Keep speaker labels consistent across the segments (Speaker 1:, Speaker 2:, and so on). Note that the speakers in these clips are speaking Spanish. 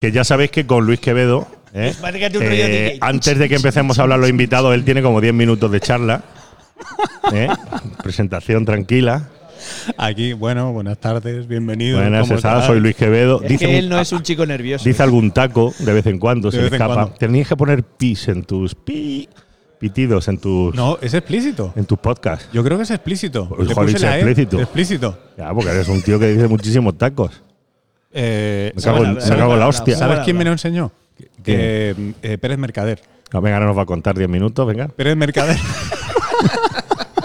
Speaker 1: que ya sabéis que con Luis Quevedo, ¿eh?
Speaker 2: Pues Márcate un rollo
Speaker 1: Eh,
Speaker 2: DJ.
Speaker 1: antes de que empecemos a hablar los invitados, él tiene como 10 minutos de charla. ¿eh? Presentación tranquila.
Speaker 3: Aquí, bueno, buenas tardes, bienvenido.
Speaker 1: Buenas,
Speaker 3: ¿cómo
Speaker 1: Sesada,
Speaker 3: estás?
Speaker 1: soy Luis Quevedo.
Speaker 2: Es
Speaker 1: Dice,
Speaker 2: que
Speaker 1: un-
Speaker 2: él no es un chico nervioso.
Speaker 1: dice algún taco de vez en cuando,
Speaker 3: De
Speaker 1: se le
Speaker 3: vez en
Speaker 1: escapa.
Speaker 3: cuando.
Speaker 1: Tenías que poner pis en tus pi- pitidos, en tus,
Speaker 3: No, es explícito.
Speaker 1: en tus podcasts.
Speaker 3: Yo creo que es explícito.
Speaker 1: Pues,
Speaker 3: Le
Speaker 1: joder,
Speaker 3: puse la
Speaker 1: es
Speaker 3: E,
Speaker 1: explícito.
Speaker 3: Explícito.
Speaker 1: Ya, porque eres un tío que dice muchísimos tacos.
Speaker 3: Eh,
Speaker 1: Me cago en-
Speaker 3: ¿sabes-
Speaker 1: me cago en la
Speaker 2: Bueno,
Speaker 1: hostia.
Speaker 3: ¿Sabes
Speaker 2: Bueno,
Speaker 3: quién me
Speaker 2: bueno.
Speaker 3: lo enseñó? Que, eh, Pérez Mercader.
Speaker 1: Ah, Venga, ahora nos va a contar 10 minutos, venga.
Speaker 3: Pérez Mercader.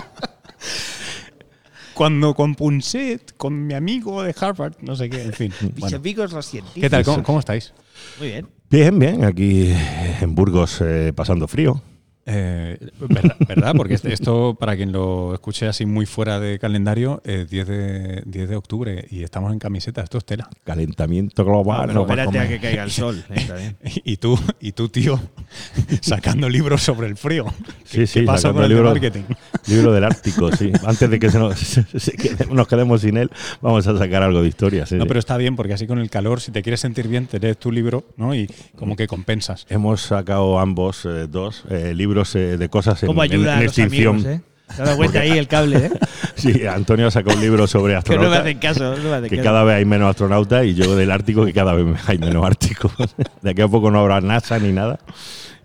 Speaker 3: Cuando con Punset, con mi amigo de Harvard, no sé qué, en fin.
Speaker 1: Mm.
Speaker 3: bueno.
Speaker 2: Pichapicos los científicos.
Speaker 3: ¿Qué tal? ¿Cómo, cómo estáis?
Speaker 2: Muy bien.
Speaker 1: Bien, bien, aquí en Burgos eh, pasando frío.
Speaker 3: Eh, ¿verdad, verdad, porque este- esto, para quien lo escuche así muy fuera de calendario, es 10 de, 10 de octubre y estamos en camiseta, esto es tela.
Speaker 1: Calentamiento global.
Speaker 2: Pero
Speaker 1: no va a
Speaker 2: espérate a
Speaker 1: comer.
Speaker 2: que caiga el sol. eh, está bien.
Speaker 3: Y tú, y tú, tío, sacando libros sobre el frío.
Speaker 1: Sí, sí,
Speaker 3: ¿Qué pasa
Speaker 1: sacando
Speaker 3: con el de
Speaker 1: libro,
Speaker 3: marketing?
Speaker 1: libro del Ártico, sí. Antes de que se nos, se quede- nos quedemos sin él, vamos a sacar algo de historia. sí,
Speaker 3: No,
Speaker 1: sí.
Speaker 3: pero está bien, porque así con el calor, si te quieres sentir bien, te lees tu libro, ¿no? Y como que compensas.
Speaker 1: Hemos sacado ambos eh, dos eh, libros eh, de cosas en,
Speaker 2: ¿Cómo
Speaker 1: en-
Speaker 2: ayuda
Speaker 1: en
Speaker 2: a los
Speaker 1: extinción.
Speaker 2: amigos, eh? Te has dado cuenta ahí el cable, ¿eh?
Speaker 1: Sí, Antonio sacó un libro sobre
Speaker 2: Que no me
Speaker 1: astronautas.
Speaker 2: hacen caso. No me hacen
Speaker 1: que
Speaker 2: caso.
Speaker 1: cada vez hay menos astronautas y yo del Ártico que cada vez hay menos Ártico. De aquí a poco no habrá NASA ni nada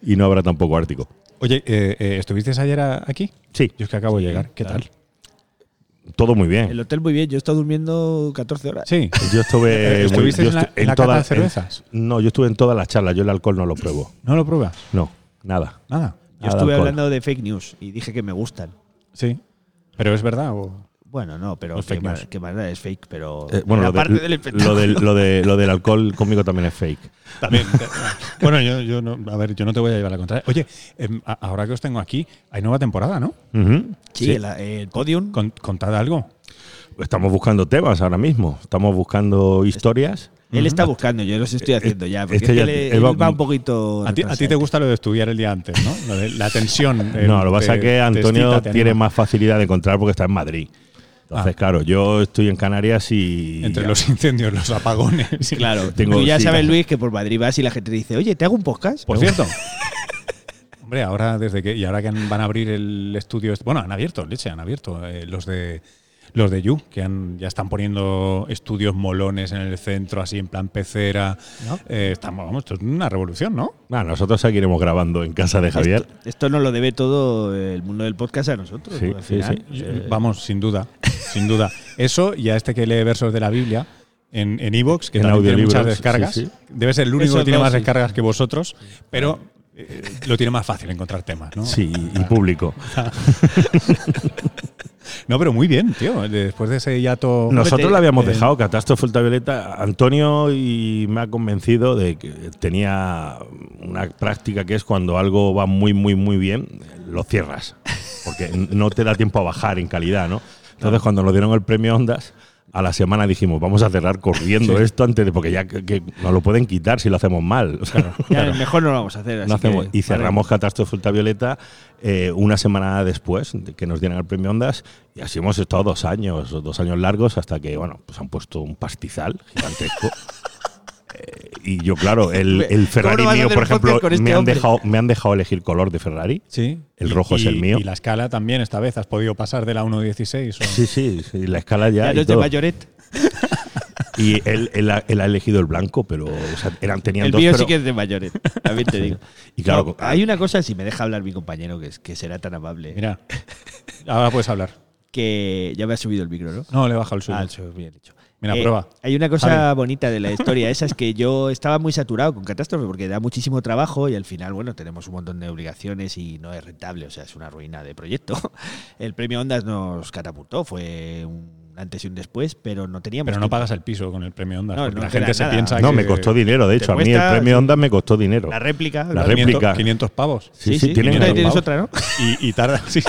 Speaker 1: y no habrá tampoco Ártico.
Speaker 3: Oye, eh, eh, ¿estuvisteis ayer a- aquí?
Speaker 1: Sí, Ah,
Speaker 3: Yo es que acabo de llegar. ¿Qué tal?
Speaker 1: todo muy
Speaker 2: El
Speaker 1: bien.
Speaker 2: hotel muy bien. Yo he estado durmiendo 14 horas.
Speaker 3: Sí.
Speaker 1: Yo estuve
Speaker 3: ¿Estuviste
Speaker 1: yo
Speaker 3: Eh, en la-
Speaker 1: estu-
Speaker 3: en la cata
Speaker 1: todas-
Speaker 3: de cervezas?
Speaker 1: en- no, yo estuve en todas las charlas. Yo el alcohol no lo pruebo.
Speaker 3: ¿No lo pruebas?
Speaker 1: No, nada.
Speaker 3: Nada.
Speaker 2: Yo
Speaker 1: Al
Speaker 2: estuve
Speaker 1: alcohol.
Speaker 2: hablando de fake news y dije que me gustan.
Speaker 3: Sí. ¿Pero es verdad o...?
Speaker 2: Bueno, no, pero
Speaker 3: Los
Speaker 2: que,
Speaker 3: fake
Speaker 2: ma-
Speaker 3: news.
Speaker 2: que maldad, es fake, pero
Speaker 1: Eh, bueno,
Speaker 2: la
Speaker 1: lo, de-
Speaker 2: parte del espectáculo.
Speaker 1: lo del, lo de- lo del alcohol conmigo también es fake.
Speaker 3: También. bueno, yo, yo no, a ver, yo no te voy a llevar la contraria. Oye, em, a- ahora que os tengo aquí, hay nueva temporada, ¿no?
Speaker 1: Ujú,
Speaker 2: sí,
Speaker 1: sí.
Speaker 2: El, el podium.
Speaker 3: Con- contad algo.
Speaker 1: Estamos buscando temas ahora mismo. Estamos buscando historias.
Speaker 2: Él está buscando, yo los estoy haciendo ya. Porque
Speaker 1: Este
Speaker 2: es que
Speaker 1: ya-
Speaker 2: él,
Speaker 1: él
Speaker 2: él
Speaker 1: va-
Speaker 2: va, un poquito.
Speaker 3: A ti, a ti te
Speaker 2: retrasado.
Speaker 3: gusta lo de estudiar el día antes, ¿no? Lo de la tensión. el-
Speaker 1: No, lo que pasa
Speaker 3: te-
Speaker 1: es que
Speaker 3: te
Speaker 1: Antonio
Speaker 3: excita, te
Speaker 1: tiene
Speaker 3: anima.
Speaker 1: más facilidad de encontrar porque está en Madrid. Entonces,
Speaker 3: Ah.
Speaker 1: claro, yo estoy en Canarias y.
Speaker 3: Entre los incendios, los apagones.
Speaker 2: Claro,
Speaker 1: Tengo-
Speaker 2: tú ya
Speaker 1: sí,
Speaker 2: sabes,
Speaker 1: la-
Speaker 2: Luis, que por Madrid vas y la gente te dice, oye, ¿te hago un podcast?
Speaker 3: Por cierto. Hombre, ahora desde que. Y ahora que han- van a abrir el estudio. este- Bueno, han abierto, leche, han abierto. eh, los de. Los de You, que han, ya están poniendo estudios molones en el centro, así en plan pecera. Eh, estamos, vamos, esto es una revolución, ¿no?
Speaker 1: Ah, nosotros seguiremos grabando en casa de Javier.
Speaker 2: Esto, esto nos lo debe todo el mundo del podcast a nosotros.
Speaker 1: Sí,
Speaker 2: porque al
Speaker 1: sí,
Speaker 2: final,
Speaker 1: sí.
Speaker 2: eh,
Speaker 3: Vamos, sin duda, sin duda. Eso y a este que lee versos de la Biblia en en Evox, que
Speaker 1: En
Speaker 3: también tiene
Speaker 1: audiolibros,
Speaker 3: muchas descargas.
Speaker 1: sí, sí.
Speaker 3: Debe ser el único
Speaker 2: Esos
Speaker 3: que tiene
Speaker 2: dos,
Speaker 3: más
Speaker 2: sí.
Speaker 3: descargas que vosotros, pero eh, lo tiene más fácil encontrar temas, ¿no?
Speaker 1: Sí, y- y público.
Speaker 3: No, pero muy bien, tío. Después de ese hiato.
Speaker 1: Nosotros
Speaker 2: te-
Speaker 1: la habíamos
Speaker 3: eh,
Speaker 1: dejado, Catástrofe Ultravioleta. Antonio y me ha convencido de que tenía una práctica que es cuando algo va muy, muy, muy bien, lo cierras. Porque n- no te da tiempo a bajar en calidad, ¿no? Entonces, cuando nos dieron el premio Ondas, a la semana dijimos, vamos a cerrar corriendo esto antes de. Porque ya que, que nos lo pueden quitar si lo hacemos mal. O sea,
Speaker 2: ya mejor no lo vamos a hacer. así
Speaker 1: no hacemos-
Speaker 2: que-
Speaker 1: y cerramos Catástrofe Ultravioleta eh, una semana después de que nos dieran el premio Ondas y así hemos estado dos años, dos años largos hasta que, bueno, pues han puesto un pastizal gigantesco. Eh, y yo, claro, el, el
Speaker 2: ¿Cómo
Speaker 1: Ferrari
Speaker 2: no vas a
Speaker 1: mío,
Speaker 2: hacer
Speaker 1: por
Speaker 2: un podcast
Speaker 1: ejemplo,
Speaker 2: con este
Speaker 1: me, han
Speaker 2: hombre?
Speaker 1: dejado, me han dejado elegir color de Ferrari.
Speaker 3: Sí.
Speaker 1: El
Speaker 3: Y-
Speaker 1: rojo es
Speaker 3: y-
Speaker 1: el mío.
Speaker 3: Y la escala también, esta vez has podido pasar de la 1.16. o-
Speaker 1: Sí, sí, sí, la escala ya.
Speaker 2: Ya
Speaker 1: y
Speaker 2: los de
Speaker 1: todo.
Speaker 2: Mayoret.
Speaker 1: Y él, él ha, él ha elegido el blanco, pero o sea, eran, tenían
Speaker 2: El
Speaker 1: dos.
Speaker 2: mío
Speaker 1: pero-
Speaker 2: sí que es de Mayoret. También te digo.
Speaker 1: Y claro,
Speaker 2: No, hay una cosa, si me deja hablar mi compañero, que, es, que será tan amable,
Speaker 3: Mira, ahora puedes hablar.
Speaker 2: que ya me ha subido el micro, ¿no?
Speaker 3: No, le he bajado el suelo.
Speaker 2: Ah, eso es bien hecho.
Speaker 3: Mira, prueba.
Speaker 2: Hay una cosa
Speaker 3: Javi.
Speaker 2: bonita de la historia, esa es que yo estaba muy saturado con Catástrofe porque da muchísimo trabajo y al final, bueno, tenemos un montón de obligaciones y no es rentable, o sea, es una ruina de proyecto. El premio Ondas nos catapultó, fue un antes y un después, pero no teníamos.
Speaker 3: Pero no
Speaker 2: tiempo.
Speaker 3: pagas el piso con el premio Ondas.
Speaker 2: No,
Speaker 3: porque
Speaker 2: no
Speaker 3: la
Speaker 2: queda
Speaker 3: gente se
Speaker 2: nada.
Speaker 3: piensa
Speaker 1: no,
Speaker 3: que-
Speaker 1: me costó dinero, de
Speaker 2: Ah, te
Speaker 1: hecho. A mí
Speaker 2: cuesta-
Speaker 1: el premio Ondas me costó dinero.
Speaker 2: La réplica.
Speaker 1: La
Speaker 2: ¿no?
Speaker 1: réplica.
Speaker 3: 500, 500 pavos.
Speaker 1: Sí,
Speaker 2: Sí,
Speaker 1: sí,
Speaker 2: sí.
Speaker 1: tiene
Speaker 2: Tú
Speaker 1: que
Speaker 2: ahí
Speaker 1: haber
Speaker 2: tienes
Speaker 1: pavos.
Speaker 2: otra, ¿no?
Speaker 3: Y, y tarda, sí,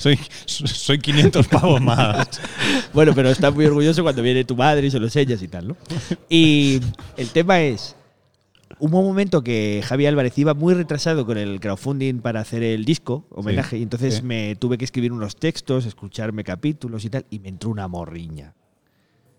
Speaker 3: soy, soy 500 pavos más.
Speaker 2: Bueno, pero estás muy orgulloso cuando viene tu madre y se lo enseñas y tal, ¿no? Y el tema es, hubo un momento que Javi Álvarez iba muy retrasado con el crowdfunding para hacer el disco, homenaje,
Speaker 3: Sí,
Speaker 2: y entonces
Speaker 3: sí.
Speaker 2: me tuve que escribir unos textos, escucharme capítulos y tal, y me entró una morriña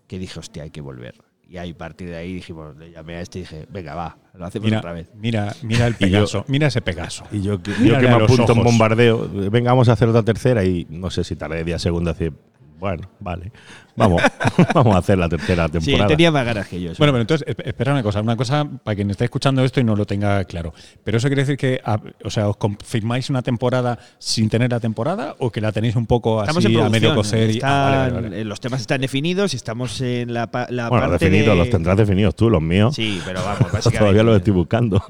Speaker 2: que dije, hostia, hay que volver. Y ahí, a partir de ahí dijimos, le llamé a este y dije, venga, va, lo hacemos
Speaker 3: Mira,
Speaker 2: otra vez.
Speaker 3: mira, mira el
Speaker 1: Y yo-
Speaker 3: Pegaso. mira ese Pegaso.
Speaker 1: Y yo, que- yo
Speaker 3: Mírale
Speaker 1: que me
Speaker 3: a los
Speaker 1: apunto en
Speaker 3: ojos.
Speaker 1: bombardeo, eh, venga, vamos a hacer otra tercera y no sé si tardé 10 segundos decir, bueno, vale, vamos, vamos a hacer la tercera
Speaker 2: Sí, él
Speaker 1: temporada.
Speaker 2: tenía más ganas que yo. eso.
Speaker 3: Bueno, pero entonces, esp- espera una cosa, una cosa para quien está escuchando esto y no lo tenga claro. Pero eso quiere decir que, a- o sea, os confirmáis una temporada sin tener la temporada o que la tenéis un poco así
Speaker 2: Estamos en
Speaker 3: a
Speaker 2: producción.
Speaker 3: medio cocer y ah, vale, vale,
Speaker 2: están-
Speaker 3: vale.
Speaker 2: eh, Los temas están definidos y estamos en la, pa- la
Speaker 1: bueno,
Speaker 2: parte
Speaker 1: definidos,
Speaker 2: de-
Speaker 1: los tendrás definidos tú, los míos.
Speaker 2: Sí, pero vamos, básicamente.
Speaker 1: Todavía los estoy buscando.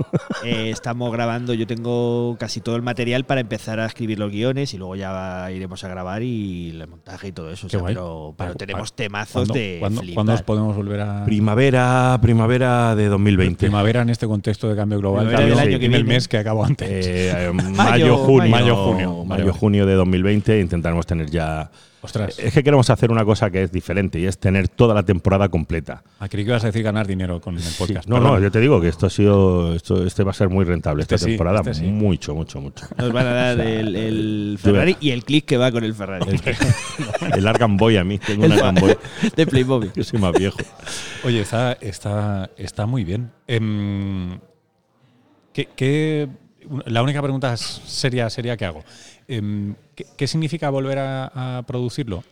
Speaker 2: Eh, estamos grabando, yo tengo casi todo el material para empezar a escribir los guiones y luego ya iremos a grabar y el montaje y todo eso. o
Speaker 3: Qué
Speaker 2: sea,
Speaker 3: guay.
Speaker 2: pero, pero
Speaker 3: Ah,
Speaker 2: tenemos
Speaker 3: ah,
Speaker 2: temazos
Speaker 3: ¿Cuándo,
Speaker 2: de
Speaker 3: cuándo-
Speaker 2: flipar.
Speaker 3: cuándo os podemos volver a
Speaker 1: primavera, primavera de 2020.
Speaker 3: primavera en este contexto de cambio global?
Speaker 2: Primavera del
Speaker 3: También
Speaker 2: año que
Speaker 3: en el
Speaker 2: viene.
Speaker 3: mes que acabo antes.
Speaker 1: Eh, eh,
Speaker 2: Mayo,
Speaker 1: mayo, junio,
Speaker 3: mayo, junio.
Speaker 1: mayo, junio de 2020 intentaremos tener ya.
Speaker 3: Ostras,
Speaker 2: eh,
Speaker 1: Es que queremos hacer una cosa que es diferente y es tener toda la temporada completa.
Speaker 3: ah, creí que ibas a decir ganar dinero con el podcast.
Speaker 1: No,
Speaker 3: Perdón.
Speaker 1: no, yo te digo que esto ha sido, esto, este va a ser muy rentable
Speaker 3: Este
Speaker 1: esta
Speaker 3: sí,
Speaker 1: temporada,
Speaker 3: este sí.
Speaker 1: mucho, mucho, mucho.
Speaker 2: Nos van a dar el, el Ferrari y el click que va con el Ferrari.
Speaker 1: El Argan Boy a mí, tengo un Argan Boy.
Speaker 2: de Playmobil.
Speaker 1: Yo soy más viejo.
Speaker 3: Oye, está, está, está muy bien. Em, ¿qué- qué- la única pregunta seria, seria que hago. Em, ¿qué, qué significa volver a, a producirlo?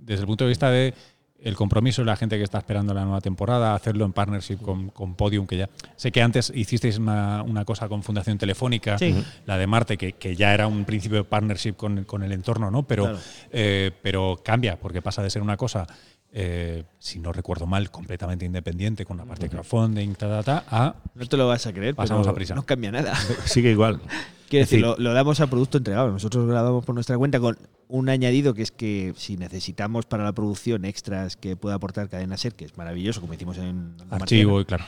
Speaker 3: Desde el punto de vista de el compromiso de la gente que está esperando la nueva temporada, hacerlo en partnership con, con Podium, que ya sé que antes hicisteis una, una cosa con Fundación Telefónica,
Speaker 2: Sí.
Speaker 3: la de Marte, que, que ya era un principio de partnership con, con el entorno, ¿no? Pero,
Speaker 2: Claro.
Speaker 3: eh, pero cambia, porque pasa de ser una cosa, eh, si no recuerdo mal, completamente independiente, con la parte de crowdfunding, ta, ta, ta, a
Speaker 2: No te lo vas a creer,
Speaker 3: Pasamos
Speaker 2: pero
Speaker 3: a prisa.
Speaker 2: no cambia nada.
Speaker 1: Sigue igual.
Speaker 2: Quiero
Speaker 1: Es
Speaker 2: decir,
Speaker 1: decir,
Speaker 2: lo, lo damos a producto entregado. Nosotros grabamos por nuestra cuenta con un añadido que es que si necesitamos para la producción extras que pueda aportar Cadena Ser, que es maravilloso, como hicimos en Onda
Speaker 3: archivo
Speaker 2: Marciana,
Speaker 3: y claro,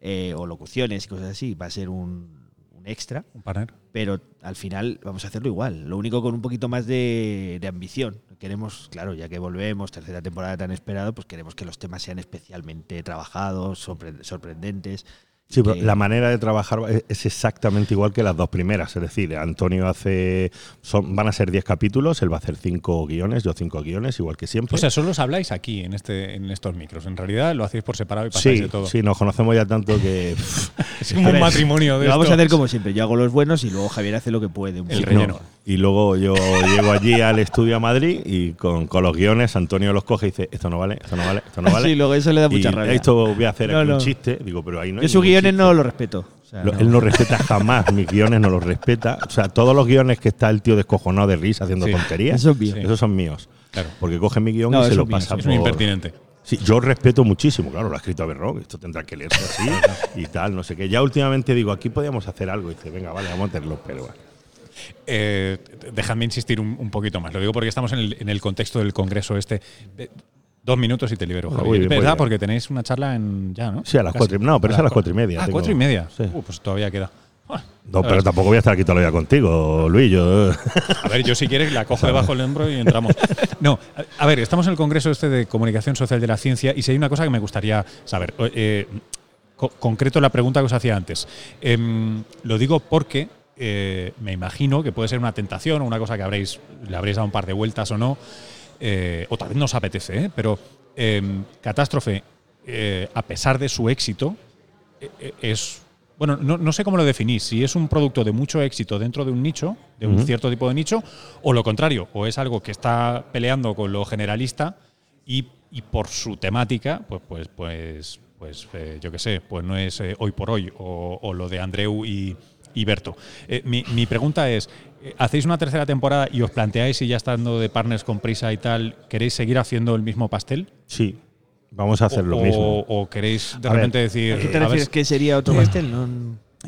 Speaker 2: eh, o locuciones y cosas así, va a ser un, un extra,
Speaker 3: un partner.
Speaker 2: pero al final vamos a hacerlo igual. Lo único con un poquito más de, de ambición. Queremos, claro, ya que volvemos, tercera temporada tan esperado, pues queremos que los temas sean especialmente trabajados, sorpre- sorprendentes. Eh,
Speaker 1: Sí, pero
Speaker 2: que-
Speaker 1: la manera de trabajar es- es exactamente igual que las dos primeras. Es decir, Antonio hace. Son, van a ser 10 capítulos, él va a hacer 5 guiones, yo 5 guiones, igual que siempre.
Speaker 3: O sea, solo os habláis aquí, en, este, en estos micros. En realidad lo hacéis por separado y pasáis
Speaker 1: sí,
Speaker 3: de todo.
Speaker 1: sí, nos conocemos ya tanto que.
Speaker 3: Es como
Speaker 2: A
Speaker 3: un
Speaker 2: ver,
Speaker 3: matrimonio de
Speaker 2: Lo vamos a
Speaker 3: estos.
Speaker 2: hacer como siempre. Yo hago los buenos y luego Javier hace lo que puede. un
Speaker 3: El
Speaker 2: poco.
Speaker 3: relleno.
Speaker 1: Y luego yo llego allí al estudio a Madrid y con, con los guiones Antonio los coge y dice: Esto no vale, esto no vale, esto no vale.
Speaker 2: Sí, luego eso le da mucha
Speaker 1: Y
Speaker 2: rabia.
Speaker 1: Esto voy a hacer
Speaker 2: No,
Speaker 1: aquí
Speaker 2: no.
Speaker 1: un chiste. Digo, pero ahí no
Speaker 2: Yo
Speaker 1: hay
Speaker 2: sus
Speaker 1: ningún
Speaker 2: guiones
Speaker 1: chiste.
Speaker 2: no los respeto. O sea,
Speaker 1: Lo-
Speaker 2: no.
Speaker 1: Él no respeta jamás mis guiones, no los respeta. O sea, todos los guiones que está el tío descojonado de risa haciendo
Speaker 3: Sí.
Speaker 1: tonterías,
Speaker 2: Eso es mío.
Speaker 1: esos son míos.
Speaker 3: Claro.
Speaker 1: Porque coge mi guión
Speaker 2: No,
Speaker 1: y
Speaker 2: eso
Speaker 1: se lo
Speaker 2: es mío,
Speaker 1: pasa
Speaker 3: Es
Speaker 1: por...
Speaker 3: un impertinente.
Speaker 1: Sí, yo respeto muchísimo, claro, lo ha escrito Averrock, esto tendrá que leerse así y tal, no sé qué. Ya últimamente digo, aquí podíamos hacer algo. Y dice, venga, vale, vamos a hacerlo, pero bueno.
Speaker 3: Eh, déjame insistir un, un poquito más. Lo digo porque estamos en el, en el contexto del congreso este. Eh, Dos minutos y te libero,
Speaker 1: Bueno,
Speaker 3: Javi.
Speaker 1: muy bien, muy
Speaker 3: ¿Verdad?
Speaker 1: bien.
Speaker 3: Porque tenéis una charla en ya, ¿no?
Speaker 1: Sí, a las
Speaker 3: Casi.
Speaker 1: cuatro y- no, pero es a las cuatro y media,
Speaker 3: Ah,
Speaker 1: tengo-
Speaker 3: cuatro y media.
Speaker 1: Sí.
Speaker 3: Uh, pues todavía queda. Ah,
Speaker 1: No,
Speaker 3: a
Speaker 1: pero
Speaker 3: ver.
Speaker 1: tampoco voy a estar aquí todavía contigo, Luis. Yo,
Speaker 3: A ver, yo si quieres la cojo debajo del hombro y entramos. No, a a ver, estamos en el Congreso este de Comunicación Social de la Ciencia y si hay una cosa que me gustaría saber, o- eh, co- concreto la pregunta que os hacía antes. Em, lo digo porque eh, me imagino que puede ser una tentación o una cosa que habréis, le habréis dado un par de vueltas o no, eh, o tal vez no os apetece, ¿eh? pero em, Catástrofe, eh, a pesar de su éxito, e- e- es. Bueno, no, no sé cómo lo definís, si es un producto de mucho éxito dentro de un nicho, de un
Speaker 1: Ujú.
Speaker 3: cierto tipo de nicho, o lo contrario, o es algo que está peleando con lo generalista y, y por su temática, pues, pues, pues, pues eh, yo qué sé, pues no es eh, hoy por hoy, o, o lo de Andreu y, y Berto. Eh, mi, mi pregunta es, eh, ¿hacéis una tercera temporada y os planteáis si ya estando de partners con prisa y tal, queréis seguir haciendo el mismo pastel?
Speaker 1: sí, vamos a hacer
Speaker 3: o,
Speaker 1: lo mismo.
Speaker 3: o queréis de
Speaker 1: A ver,
Speaker 3: repente decir...
Speaker 2: ¿A qué te
Speaker 3: a ver
Speaker 2: refieres?
Speaker 3: si-
Speaker 2: ¿Que sería otro pastel? No.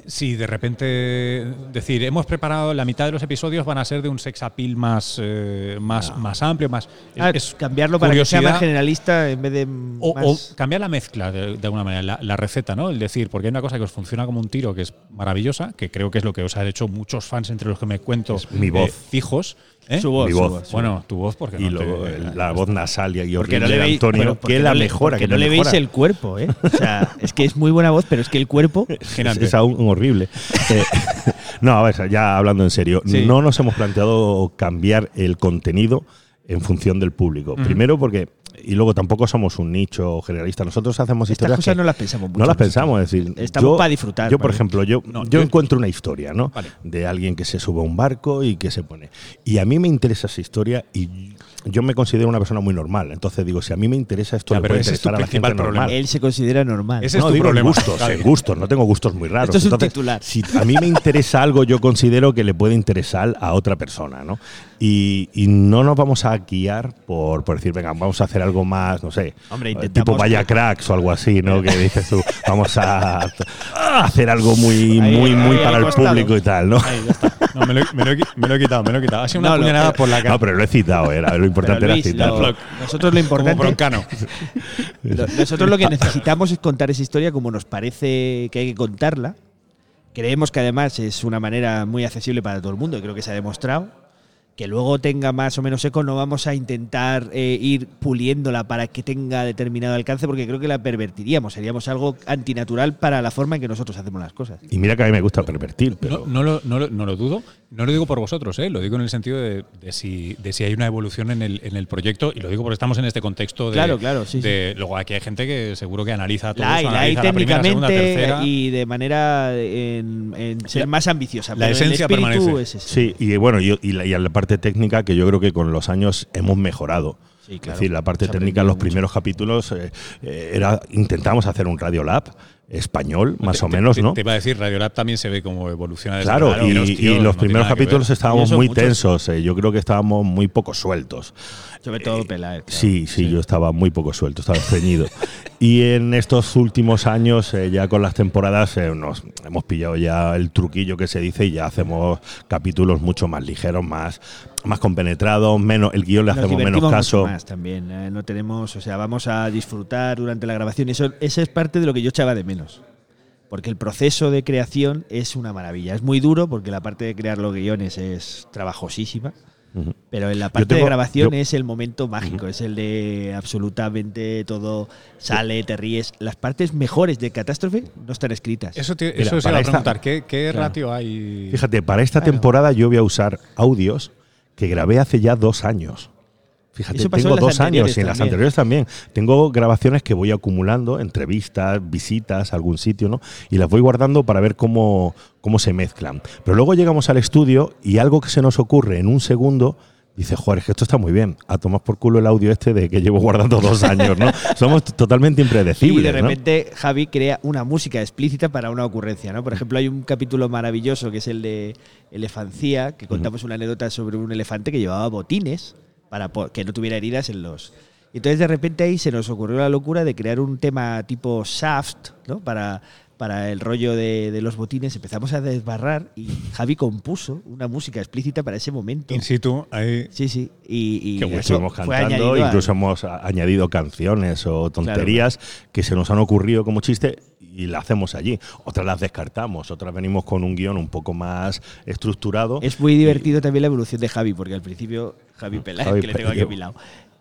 Speaker 3: Sí, de repente decir, hemos preparado la mitad de los episodios van a ser de un sex appeal más, eh, más, más amplio, más
Speaker 2: Ah, cambiarlo para que sea más
Speaker 3: curiosidad.
Speaker 2: generalista en vez de
Speaker 3: O, o
Speaker 2: más-
Speaker 3: cambiar la mezcla de, de alguna manera, la, la receta, ¿no? El decir, porque hay una cosa que os funciona como un tiro que es maravillosa, que creo que es lo que os han hecho muchos fans entre los que me cuento
Speaker 1: mi
Speaker 3: eh,
Speaker 1: voz.
Speaker 3: fijos. ¿eh?
Speaker 2: Su voz,
Speaker 1: Mi
Speaker 2: su
Speaker 1: voz.
Speaker 2: voz.
Speaker 3: Bueno, tu voz, porque
Speaker 1: y
Speaker 3: no te-
Speaker 1: luego
Speaker 3: eh,
Speaker 1: el- la voz nasal y
Speaker 2: Porque
Speaker 1: horrible
Speaker 2: no le
Speaker 1: de
Speaker 2: veis,
Speaker 1: Antonio,
Speaker 2: bueno, porque
Speaker 1: que
Speaker 2: no
Speaker 1: la
Speaker 2: le-
Speaker 1: mejora.
Speaker 2: porque
Speaker 1: que
Speaker 2: no le veis
Speaker 1: mejora.
Speaker 2: el cuerpo, ¿eh? O sea, es que es muy buena voz, pero es que el cuerpo.
Speaker 1: Es,
Speaker 3: Imagínate.
Speaker 1: es aún horrible. Eh, no, a ver, ya hablando en serio,
Speaker 3: Sí.
Speaker 1: no nos hemos planteado cambiar el contenido en función del público.
Speaker 3: Mm.
Speaker 1: Primero porque, y luego tampoco somos un nicho generalista, nosotros hacemos
Speaker 2: Estas
Speaker 1: historias
Speaker 2: cosas
Speaker 1: que
Speaker 2: no las pensamos mucho.
Speaker 1: no las
Speaker 2: nosotros.
Speaker 1: pensamos, es decir,
Speaker 2: Estamos
Speaker 1: yo-
Speaker 2: para disfrutar,
Speaker 1: Yo, por
Speaker 2: vale.
Speaker 1: ejemplo, yo,
Speaker 3: No,
Speaker 1: yo
Speaker 3: yo-
Speaker 1: encuentro una historia, ¿no?
Speaker 3: Vale.
Speaker 1: De alguien que se sube a un barco y que se pone. Y a mí me interesa esa historia y yo me considero una persona muy normal. Entonces digo, si a mí me interesa esto,
Speaker 3: Ya,
Speaker 1: le
Speaker 3: pero
Speaker 1: puede
Speaker 3: ese es tu
Speaker 1: interesar a la gente
Speaker 3: principal problema.
Speaker 1: normal.
Speaker 2: Él se considera normal.
Speaker 3: Ese es
Speaker 1: no,
Speaker 3: tu
Speaker 1: digo en
Speaker 3: problema.
Speaker 1: gustos,
Speaker 3: Javi.
Speaker 1: en gustos. No tengo gustos muy raros.
Speaker 2: Esto es un
Speaker 1: Entonces,
Speaker 2: titular.
Speaker 1: Si a mí me interesa algo, yo considero que le puede interesar a otra persona, ¿no? Y, y no nos vamos a guiar por, por decir, venga, vamos a hacer algo más, no sé,
Speaker 2: Hombre,
Speaker 1: eh,
Speaker 2: intentamos-
Speaker 1: tipo vaya cracks o algo así, ¿no? Que dices tú, vamos a a hacer algo muy,
Speaker 2: Ahí,
Speaker 1: muy, muy
Speaker 2: ahí,
Speaker 1: para el
Speaker 2: acostado.
Speaker 1: público y tal, ¿no?
Speaker 3: Ahí, ya está. No, me, lo, he- me lo he, qui- me lo he quitado, me lo he quitado. Ha sido una
Speaker 2: No, lo-
Speaker 3: puñalada por la cara.
Speaker 1: No, pero lo he citado, era, lo
Speaker 2: Pero,
Speaker 1: importante
Speaker 2: Luis,
Speaker 1: era
Speaker 2: lo-
Speaker 1: citarlo.
Speaker 2: nosotros lo
Speaker 3: como
Speaker 2: importante
Speaker 3: broncano.
Speaker 2: Lo- Nosotros lo que necesitamos es contar esa historia como nos parece que hay que contarla. Creemos que además es una manera muy accesible para todo el mundo, y creo que se ha demostrado. Que luego tenga más o menos eco, no vamos a intentar eh, ir puliéndola para que tenga determinado alcance, porque creo que la pervertiríamos, seríamos algo antinatural para la forma en que nosotros hacemos las cosas.
Speaker 1: Y mira que a mí me gusta pervertir, pero...
Speaker 3: No, no lo, no lo- no lo dudo. No lo digo por vosotros, ¿eh? lo digo en el sentido de, de si, de si hay una evolución en el, en el proyecto. Y lo digo porque estamos en este contexto de.
Speaker 2: Claro, claro, sí,
Speaker 3: de- Luego aquí hay gente que seguro que analiza todo.
Speaker 2: La hay,
Speaker 3: eso,
Speaker 2: la hay
Speaker 3: analiza primera, segunda,
Speaker 2: técnicamente
Speaker 3: tercera.
Speaker 2: y de manera en, en ser
Speaker 3: La-
Speaker 2: más ambiciosa.
Speaker 3: la
Speaker 2: pero el
Speaker 3: esencia
Speaker 2: espíritu
Speaker 3: permanece.
Speaker 2: es ese.
Speaker 1: Sí, y bueno, y, y la, y a la parte técnica que yo creo que con los años hemos mejorado.
Speaker 2: Sí, claro.
Speaker 1: Es decir, la parte
Speaker 2: Se ha
Speaker 1: técnica,
Speaker 2: aprendido
Speaker 1: los
Speaker 2: mucho.
Speaker 1: primeros capítulos, eh, eh, era intentamos hacer un Radiolab español, más
Speaker 3: Te-
Speaker 1: o menos,
Speaker 3: te-
Speaker 1: ¿no?
Speaker 3: Te iba a decir, Radiolab también se ve como evoluciona. desde-
Speaker 1: Claro, y,
Speaker 3: pero, tío,
Speaker 1: y
Speaker 3: no
Speaker 1: los
Speaker 3: tiene
Speaker 1: primeros
Speaker 3: nada que
Speaker 1: capítulos
Speaker 3: ver.
Speaker 1: estábamos
Speaker 3: Y eso
Speaker 1: muy
Speaker 3: muchos-
Speaker 1: tensos. eh, yo creo que estábamos muy poco sueltos.
Speaker 2: Sobre
Speaker 3: Eh,
Speaker 2: todo eh, Peláez. claro.
Speaker 1: Sí, sí, yo estaba muy poco suelto, estaba ceñido. y en estos últimos años, eh, ya con las temporadas, eh, nos hemos pillado ya el truquillo que se dice y ya hacemos capítulos mucho más ligeros, más, más compenetrados, menos, el guión le
Speaker 2: Nos
Speaker 1: hacemos menos
Speaker 2: divertimos mucho
Speaker 1: caso.
Speaker 2: más también. eh, no tenemos, o sea, vamos a disfrutar durante la grabación. Eso, esa es parte de lo que yo echaba de menos. Porque el proceso de creación es una maravilla. Es muy duro porque la parte de crear los guiones es trabajosísima.
Speaker 1: Ujú.
Speaker 2: Pero en la parte de
Speaker 1: tengo-
Speaker 2: grabación
Speaker 1: yo-
Speaker 2: es el momento mágico, es el de absolutamente todo sale, te ríes. Las partes mejores de Catástrofe no están escritas.
Speaker 3: Eso, te,
Speaker 1: Mira,
Speaker 3: eso se
Speaker 1: para
Speaker 3: iba a
Speaker 1: esta-
Speaker 3: preguntar. ¿Qué, qué
Speaker 2: Claro.
Speaker 3: ratio hay?
Speaker 1: Fíjate, para esta
Speaker 2: Claro.
Speaker 1: temporada yo voy a usar audios que grabé hace ya dos años. Fíjate,
Speaker 2: Eso pasó
Speaker 1: tengo
Speaker 2: en las
Speaker 1: dos años y en las
Speaker 2: anteriores también.
Speaker 1: anteriores también. Tengo grabaciones que voy acumulando, entrevistas, visitas a algún sitio, ¿no? Y las voy guardando para ver cómo, cómo se mezclan. Pero luego llegamos al estudio y algo que se nos ocurre en un segundo. Dice, joder, es que esto está muy bien. A tomar por culo el audio este de que llevo guardando dos años, ¿no? Somos t- totalmente impredecibles.
Speaker 2: Y de
Speaker 1: ¿no?
Speaker 2: repente Javi crea una música explícita para una ocurrencia, ¿no? Por ejemplo, hay un capítulo maravilloso que es el de Elefancía, que contamos una anécdota sobre un elefante que llevaba botines para po- que no tuviera heridas en los... Entonces de repente ahí se nos ocurrió la locura de crear un tema tipo Shaft, ¿no? Para, para el rollo de, de los botines. Empezamos a desbarrar y Javi compuso una música explícita para ese momento.
Speaker 3: In situ, ahí.
Speaker 2: Sí, sí. Y, y
Speaker 1: que
Speaker 2: eso
Speaker 1: estuvimos
Speaker 2: fue
Speaker 1: cantando,
Speaker 2: añadido al-
Speaker 1: incluso hemos a- añadido canciones o tonterías que se nos han ocurrido como chiste y las hacemos allí. Otras las descartamos, otras venimos con un guión un poco más estructurado.
Speaker 2: Es muy divertido también la evolución de Javi, porque al principio Javi Peláez,
Speaker 1: Javi
Speaker 2: que le tengo aquí
Speaker 1: Peláez.
Speaker 2: a mi lado,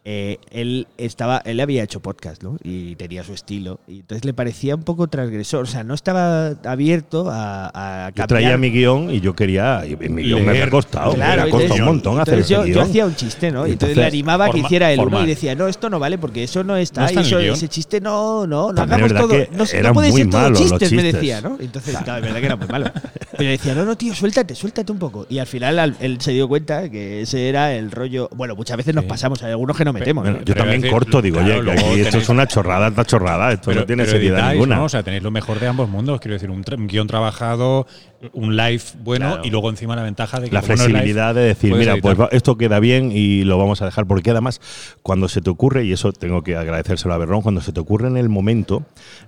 Speaker 2: eh, él estaba, él había hecho podcast, ¿no? Y tenía su estilo. Y entonces le parecía un poco transgresor. O sea, no estaba abierto a, a
Speaker 1: yo
Speaker 2: cambiar.
Speaker 1: traía mi guión y yo quería. y mi guión me
Speaker 3: Leer.
Speaker 1: había costado,
Speaker 2: Claro,
Speaker 1: me había costado
Speaker 2: entonces-
Speaker 1: un montón hacer
Speaker 2: entonces
Speaker 1: ese
Speaker 2: yo, yo
Speaker 1: guión.
Speaker 2: hacía un chiste, ¿no? Y entonces,
Speaker 1: Entonces,
Speaker 2: le animaba a que
Speaker 3: forma-
Speaker 2: hiciera él uno
Speaker 3: formal.
Speaker 2: y decía, no, esto no vale porque eso no está.
Speaker 3: No
Speaker 2: y
Speaker 3: está en el
Speaker 2: eso-
Speaker 3: guión.
Speaker 2: ese chiste no, no, no
Speaker 1: También es
Speaker 2: hagamos
Speaker 1: verdad
Speaker 2: todo.
Speaker 1: que
Speaker 2: no, se- no
Speaker 1: eran
Speaker 2: puede
Speaker 1: muy
Speaker 2: ser todo
Speaker 1: malos los
Speaker 2: chistes, me
Speaker 1: chistes.
Speaker 2: decía, ¿no? Entonces, claro, es verdad que era muy malo. Pero decía, no, no, tío, suéltate, suéltate un poco. Y al final al- él se dio cuenta que ese era el rollo. Bueno, muchas veces nos
Speaker 3: Sí.
Speaker 2: pasamos, hay algunos que no metemos.
Speaker 1: Bueno,
Speaker 2: ¿eh?
Speaker 1: yo
Speaker 3: Pero
Speaker 1: también
Speaker 3: es decir,
Speaker 1: corto, digo,
Speaker 3: claro,
Speaker 1: oye, que
Speaker 3: luego
Speaker 1: aquí esto
Speaker 3: tenéis-
Speaker 1: es una chorrada, esta chorrada, esto no tiene seriedad
Speaker 3: editáis,
Speaker 1: ninguna.
Speaker 3: ¿no? O sea, tenéis lo mejor de ambos mundos. Quiero decir, un, tra- un guión trabajado, un live bueno
Speaker 1: Claro.
Speaker 3: y luego encima la ventaja de que
Speaker 1: la
Speaker 3: como no es live,
Speaker 1: flexibilidad de decir,
Speaker 3: puedes
Speaker 1: mira,
Speaker 3: editar.
Speaker 1: pues va- esto queda bien y lo vamos a dejar, porque además cuando se te ocurre, y eso tengo que agradecérselo a Berrón, cuando se te ocurre en el momento,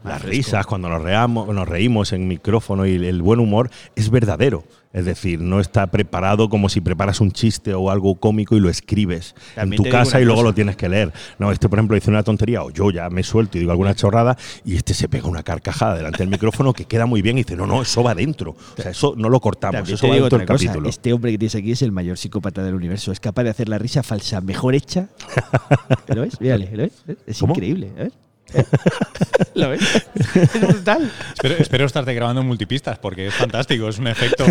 Speaker 1: las risas, cuando nos, reamos, nos reímos en micrófono y el buen humor es verdadero. Es decir, no está preparado como si preparas un chiste o algo cómico y lo escribes
Speaker 2: También te
Speaker 1: en tu
Speaker 2: digo
Speaker 1: casa
Speaker 2: una
Speaker 1: y luego
Speaker 2: cosa.
Speaker 1: lo tienes que leer. No, este, por ejemplo, dice una tontería o yo ya me suelto y digo alguna chorrada y este se pega una carcajada delante del micrófono que queda muy bien y dice, no, no, eso va dentro. O sea, eso no lo cortamos,
Speaker 2: También
Speaker 1: eso
Speaker 2: te
Speaker 1: va
Speaker 2: digo
Speaker 1: dentro del
Speaker 2: otra cosa,
Speaker 1: capítulo.
Speaker 2: Este hombre que tienes aquí es el mayor psicópata del universo. Es capaz de hacer la risa falsa mejor hecha. ¿Lo ves? Mírale, ¿lo ves? Es
Speaker 1: ¿Cómo?
Speaker 2: increíble. ¿eh? ¿Lo ves? Es brutal.
Speaker 3: Espero, espero estarte grabando en multipistas porque es fantástico, es un efecto.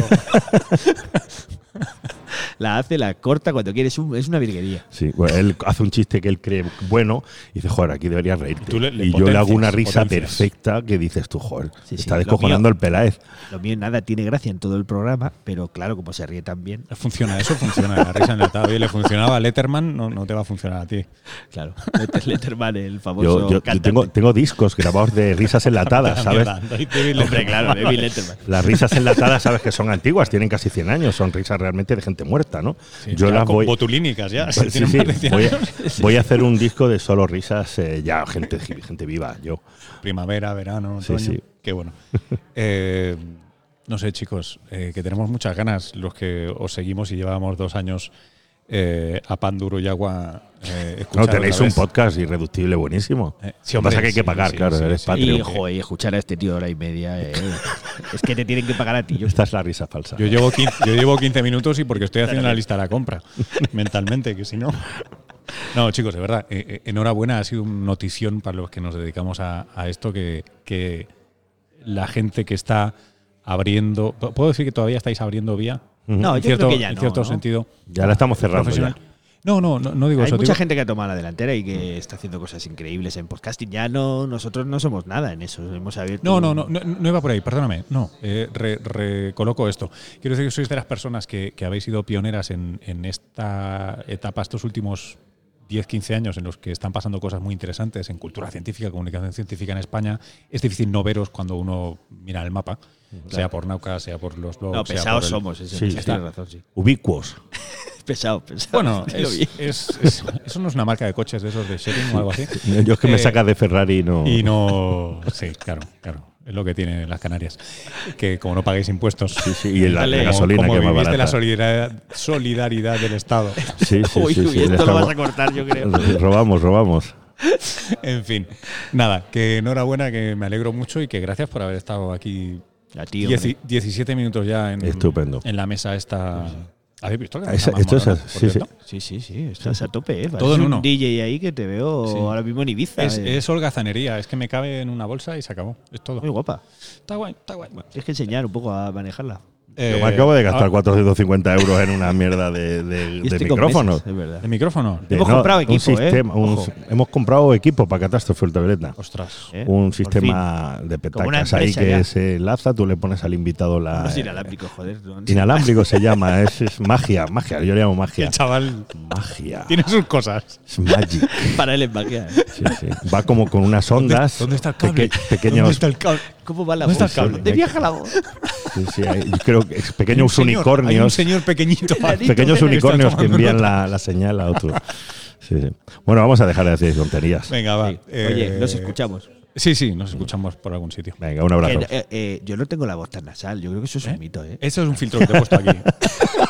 Speaker 2: la hace, la corta cuando quiere. Es, un- es una virguería.
Speaker 1: Sí, bueno, él hace un chiste que él cree bueno y dice, joder, aquí deberías reírte.
Speaker 3: Tú le- le
Speaker 1: y yo le hago
Speaker 3: potencias,
Speaker 1: una risa
Speaker 3: potencias.
Speaker 1: perfecta que dices tú, joder,
Speaker 2: Sí, sí,
Speaker 1: está
Speaker 2: lo
Speaker 1: descojonando
Speaker 2: mío.
Speaker 1: el Peláez.
Speaker 2: Lo mío nada tiene gracia en todo el programa, pero claro, como se ríe tan bien,
Speaker 3: Funciona, eso funciona. La risa enlatada. Oye, le funcionaba a Letterman, no, no te va a funcionar a ti.
Speaker 2: claro. Letter- Letterman, el famoso.
Speaker 1: Yo, yo- yo
Speaker 2: Pues cantante.
Speaker 1: tengo, tengo discos grabados de risas enlatadas, ¿sabes?
Speaker 2: Hombre, claro, David Letterman.
Speaker 1: Las risas enlatadas, sabes que son antiguas, tienen casi 100 años, son risas realmente de gente muerta, ¿no? yo las voy.
Speaker 3: Botulínicas ya.
Speaker 1: Pues sí,
Speaker 3: si tienen
Speaker 1: sí,
Speaker 3: más de cien
Speaker 1: voy, a,
Speaker 3: años.
Speaker 1: voy a hacer un disco de solo risas, eh, ya gente, gente viva, yo.
Speaker 3: Primavera, verano,
Speaker 1: Sí,
Speaker 3: otoño.
Speaker 1: sí.
Speaker 3: Qué bueno. Eh, no sé, chicos, eh, que tenemos muchas ganas los que os seguimos y llevábamos dos años eh, a pan duro y agua. eh,
Speaker 1: No,
Speaker 3: escuchar
Speaker 1: tenéis
Speaker 3: otra
Speaker 1: un
Speaker 3: vez.
Speaker 1: podcast irreductible buenísimo.
Speaker 3: Eh,
Speaker 1: Lo
Speaker 3: sí,
Speaker 1: que
Speaker 3: hombre,
Speaker 1: pasa es que hay que
Speaker 3: sí,
Speaker 1: pagar,
Speaker 3: sí,
Speaker 1: claro,
Speaker 3: sí,
Speaker 1: eres
Speaker 3: sí.
Speaker 1: Patreon.
Speaker 2: Y, joder, escuchar a este tío hora y media. eh, es que te tienen que pagar a ti. Yo
Speaker 1: Esta es la risa falsa.
Speaker 3: Yo llevo, 15, yo llevo 15 minutos y porque estoy haciendo la lista de la compra mentalmente, que si no. No, chicos, de verdad, eh, eh, enhorabuena, ha sido una notición para los que nos dedicamos a, a esto, que, que la gente que está abriendo. ¿p- ¿Puedo decir que todavía estáis abriendo vía?
Speaker 2: No,
Speaker 3: en
Speaker 2: yo
Speaker 3: cierto,
Speaker 2: creo que ya
Speaker 3: en
Speaker 2: no,
Speaker 3: cierto
Speaker 2: ¿no?
Speaker 3: sentido
Speaker 1: ya la estamos cerrando.
Speaker 3: profesional.
Speaker 1: ya.
Speaker 3: No, no, no, no digo
Speaker 2: Hay
Speaker 3: eso.
Speaker 2: mucha
Speaker 3: digo- Mm.
Speaker 2: gente que ha tomado la delantera y que está haciendo cosas increíbles en podcasting. Ya no, nosotros no somos nada en eso. Hemos abierto.
Speaker 3: No,
Speaker 2: un-
Speaker 3: no, no, no, no iba por ahí, perdóname. No, eh, re- recoloco esto. Quiero decir que sois de las personas que, que habéis sido pioneras en, en esta etapa, estos últimos 10, 15 años en los que están pasando cosas muy interesantes en cultura científica, comunicación científica en España. Es difícil no veros cuando uno mira el mapa, sea por Nauca, sea por los blogs.
Speaker 2: No,
Speaker 3: sea
Speaker 2: pesados
Speaker 3: por el-
Speaker 2: somos. Eso,
Speaker 1: Sí,
Speaker 2: sí,
Speaker 1: está.
Speaker 2: tienes razón, sí.
Speaker 1: Ubicuos.
Speaker 2: Pesado, pesado.
Speaker 3: Bueno,
Speaker 2: Lo vi.
Speaker 3: es- es- es- eso no es una marca de coches de esos de sharing o algo así.
Speaker 1: Yo es que me
Speaker 3: Eh,
Speaker 1: sacas de Ferrari y no.
Speaker 3: Y
Speaker 1: Oh.
Speaker 3: no. Sí, claro, claro. Es lo que tienen las Canarias. Que como no pagáis impuestos.
Speaker 1: sí, y la- la
Speaker 3: como-
Speaker 1: gasolina
Speaker 3: como
Speaker 1: que es más
Speaker 3: vivís de la
Speaker 1: barata.
Speaker 3: solidaridad, solidaridad del Estado.
Speaker 1: Sí, sí,
Speaker 2: Uy,
Speaker 1: sí,
Speaker 2: uy,
Speaker 1: sí, le
Speaker 2: esto lo vas a
Speaker 1: estamos-
Speaker 2: cortar, yo creo.
Speaker 1: Robamos, robamos.
Speaker 3: En fin. Nada, que enhorabuena, que me alegro mucho y que gracias por haber estado aquí.
Speaker 2: A ti, hombre.
Speaker 3: Dieci- 17 minutos ya en,
Speaker 1: Estupendo.
Speaker 3: en la mesa esta. ¿Habéis visto que la
Speaker 1: Esa-
Speaker 3: mesa más
Speaker 1: esto es
Speaker 3: molona,
Speaker 1: así,
Speaker 3: por
Speaker 1: sí,
Speaker 3: cierto?
Speaker 2: Sí, sí, sí. Estás a tope, ¿eh?
Speaker 3: Todo en
Speaker 2: Pareces
Speaker 3: uno.
Speaker 2: un DJ ahí que te veo
Speaker 3: Sí.
Speaker 2: ahora mismo en Ibiza.
Speaker 3: Es,
Speaker 2: eh.
Speaker 3: es holgazanería, es que me cabe en una bolsa y se acabó. Es todo.
Speaker 2: Muy guapa.
Speaker 3: Está guay, está guay. Bueno,
Speaker 2: Tienes que enseñar un poco a manejarla.
Speaker 1: Yo
Speaker 3: eh,
Speaker 1: me acabo de gastar
Speaker 3: ahora-
Speaker 1: 450 euros en una mierda de, de-
Speaker 2: ah. Y
Speaker 1: de
Speaker 2: estoy con
Speaker 1: micrófonos.
Speaker 2: mesas, es verdad.
Speaker 3: ¿De ah, micrófono?
Speaker 1: De-
Speaker 2: Hemos comprado equipo,
Speaker 1: un sistema,
Speaker 2: ¿eh?
Speaker 1: un-
Speaker 2: Ojo.
Speaker 1: hemos comprado equipo para Catástrofe Ultravioleta.
Speaker 3: Ostras.
Speaker 2: ¿Eh?
Speaker 1: Un
Speaker 2: Por
Speaker 1: sistema de
Speaker 2: una
Speaker 1: petacas
Speaker 2: empresa
Speaker 1: ahí que
Speaker 2: ya.
Speaker 1: se enlaza, tú le pones al invitado
Speaker 2: fin.
Speaker 1: la.
Speaker 2: No es inalámbrico, joder. no.
Speaker 1: Inalámbrico se llama, es, es magia, magia, yo le llamo magia.
Speaker 3: El chaval
Speaker 1: Magia.
Speaker 3: tiene sus cosas.
Speaker 1: Es magic.
Speaker 2: Para él es magia. ¿eh?
Speaker 1: Sí, sí. Va como con unas ondas. peque- pequeños.
Speaker 3: el cable?
Speaker 2: ¿Cómo va la
Speaker 3: ¿Dónde
Speaker 2: voz?
Speaker 3: está el cable?
Speaker 2: ¿Dónde viaja la voz?
Speaker 1: sí, sí, hay- yo creo que es- pequeños
Speaker 3: Hay un señor- hay un
Speaker 1: unicornios.
Speaker 3: señor pequeñito.
Speaker 1: pequeños
Speaker 3: que está
Speaker 1: unicornios que
Speaker 3: tomando
Speaker 1: envían
Speaker 3: nota.
Speaker 1: la, la señal a otro. Sí, sí. Bueno, vamos a dejar de hacer tonterías.
Speaker 3: Venga, va.
Speaker 2: Oye,
Speaker 3: Eh,
Speaker 2: nos escuchamos.
Speaker 3: Sí, sí, nos escuchamos por algún sitio.
Speaker 1: Venga, un abrazo.
Speaker 2: Que, eh, eh, yo no tengo la voz tan nasal. Yo creo que eso es un mito, ¿eh?
Speaker 3: Eso es un filtro que te he puesto aquí.